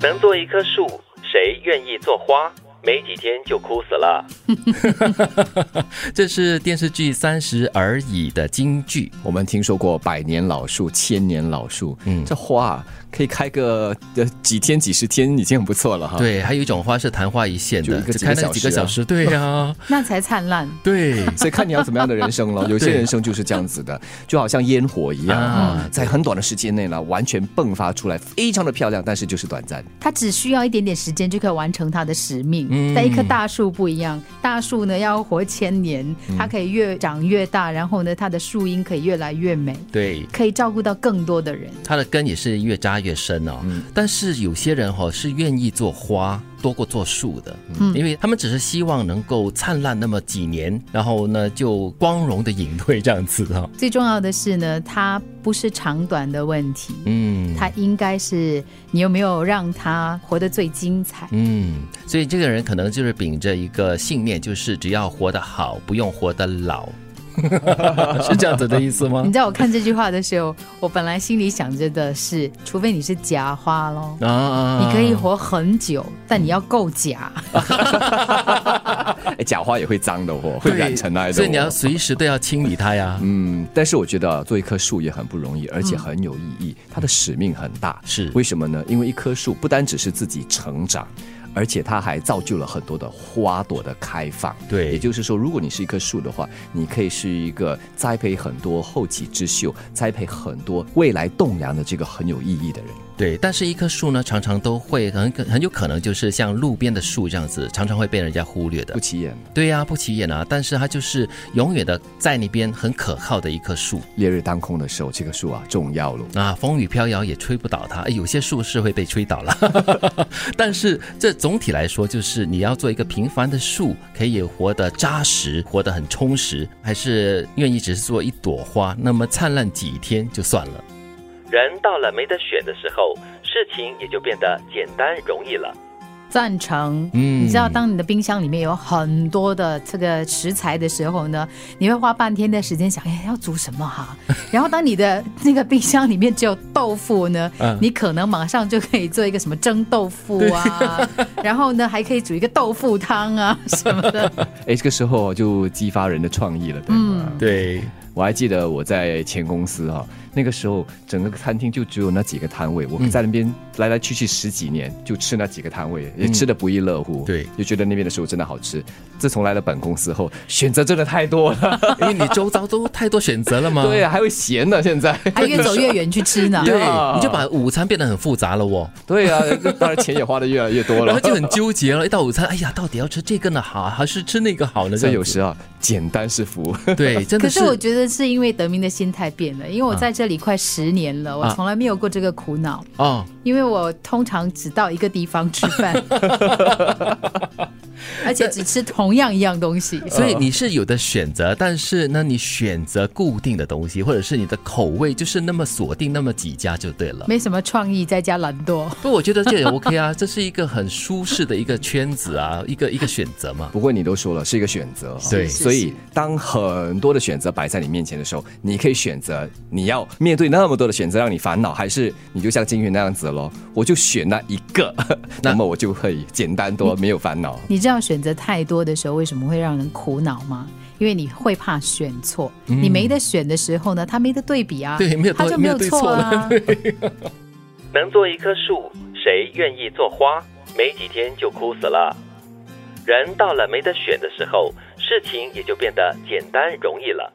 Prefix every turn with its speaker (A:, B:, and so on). A: 能做一棵树，谁愿意做花？没几天就枯死了。
B: 这是电视剧《三十而已》的金句。
C: 我们听说过百年老树、千年老树，嗯，这花啊可以开个呃几天、几十天已经很不错了哈。，
B: 对，还有一种花是昙花啊一现
C: 就
B: 的
C: 一，个
B: 只
C: 几
B: 开
C: 个
B: 那
C: 小
B: 几个
C: 时啊
B: 小时。对 呀，
D: 那才灿烂。
B: 对，
C: 所以看你要怎么样的 人生了。有些
B: 对
C: 人生就是这样子的，就好像烟火一样
B: 啊
C: 啊，在很短的时间内呢，完全迸发出来，非常的漂亮，但是就是短 暂。
D: 它只需要一点点时间就可以完成它的使命。但一棵大树不一样，大树呢要活千年，它可以越长越大，然后呢它的树荫可以越来越美，
B: 对。
D: 可以照顾到更多的人。
B: 它的根也是越扎越深哦。但是有些人哈、哦、是愿意做花多过做树的，嗯，因为他们只是希望能够灿烂那么几年，然后呢就光荣的隐退这样子哦。
D: 最重要的是呢，它不是长短的问题，
B: 嗯，
D: 它应该是你有没有让它活得最精彩。
B: 嗯，所以这个人可能就是秉着一个信念，就是只要活得好，不用活得 老，是这样子的意思吗
D: 你？知道我看这句话的时候，我本来心里想着的是，除非你是假花咯，
B: 啊
D: 你可以活很久，但你要够假。
C: 哎，假花也会脏的哦，会
B: 对
C: 染尘埃的哦。
B: 所以你要随时都要清理它呀。
C: 嗯，但是我觉得啊做一棵树也很不容易，而且很有意义，
B: 嗯
C: 它的使命很大。
B: 是
C: 为什么呢？因为一棵树不单只是自己成长。而且它还造就了很多的花朵的开放，
B: 对
C: 也就是说，如果你是一棵树的话，你可以是一个栽培很多后起之秀，栽培很多未来栋梁的这个很有意义的人。
B: 对，但是一棵树呢，常常都会很可很有可能就是像路边的树这样子，常常会被人家忽略的
C: 不。起眼，
B: 对呀、不起眼啊，但是它就是永远的在那边很可靠的一棵树
C: 烈日当空的时候，这个树啊重要了。
B: 啊，风雨飘摇也吹不倒它。哎有些树是会被吹倒了， 但是这总体来说，就是你要做一个平凡的树，可以活得扎实，活得很充实，还是愿意只是做一朵花，那么灿烂几天就算 了。
A: 人到了没得选的时候，事情也就变得简单容易了。
D: 赞成，
B: 嗯
D: 你知道，当你的冰箱里面有很多的这个食材的时候呢，你会花半天的时间想，哎，要煮什么 哈、然后当你的那个冰箱里面只有豆腐呢，
B: 嗯
D: 你可能马上就可以做一个什么蒸豆腐啊，然后呢还可以煮一个豆腐 汤啊什么的。
C: 哎，这个时候就激发人的创意了，对吗？
B: 对，
C: 我还记得我在前公司啊，那个时候整个餐厅就只有那几个摊位，我
B: 嗯
C: 们在那边来来去去十几年，就吃那几个摊位，也吃的不亦乐
B: 嗯
C: 乎。
B: 对
C: 就觉得那边的食物真的好吃。自从来了本公司后，选择真的太多了。
B: 因哎为你周遭都太多选择了嘛。
C: 对啊，还会咸呢，现在。
D: 还越走越远去 吃呢。
B: 对
C: 呀，
B: 你就把午餐变得很复杂了 哦，
C: 对啊，当然钱也花的越来越多
B: 然
C: 了
B: 后。就很纠结了。一到午餐，哎呀，到底要吃这个呢好，还是吃那个好呢？
C: 所以
B: 这
C: 有
B: 样子
C: 时啊，简单是福。
B: 对，真
D: 可
B: 的
D: 是
B: 是
D: 我觉得是因为德明的心态变了，因为我
B: 啊
D: 在这里快十年了，我
B: 啊
D: 从来没有过这个苦恼。
B: 哦，
D: 因为我通常只到一个地方吃 饭，而且只吃同样一样东西。
B: 所以你是有的选择，但是呢，你选择固定的东西，或者是你的口味就是那么锁定那么几家就对了。
D: 没什么创意，再加懒惰。
B: 不过我觉得这也 OK 啊， 这是一个很舒适的一个圈子啊，一个一个选择嘛。
C: 不过你都说了是一个选择，啊
B: 对是
C: 所以当很多的选择摆在你面前的时候，你可以选择你要面对那么多的选择让你烦恼，还是你就像金鱼那样子咯，我就选那一个， 那么我就会简单多，没有烦恼。
D: 你知道选择太多的时候，为什么会让人苦恼吗？因为你会怕选错，你没得选的时候呢，他没得对比啊，
B: 嗯对没有
D: 他就没有
B: 没有对错
D: 啊。
A: 能做一棵树，谁愿意做花？没几天就枯死了。人到了没得选的时候，事情也就变得简单容易了。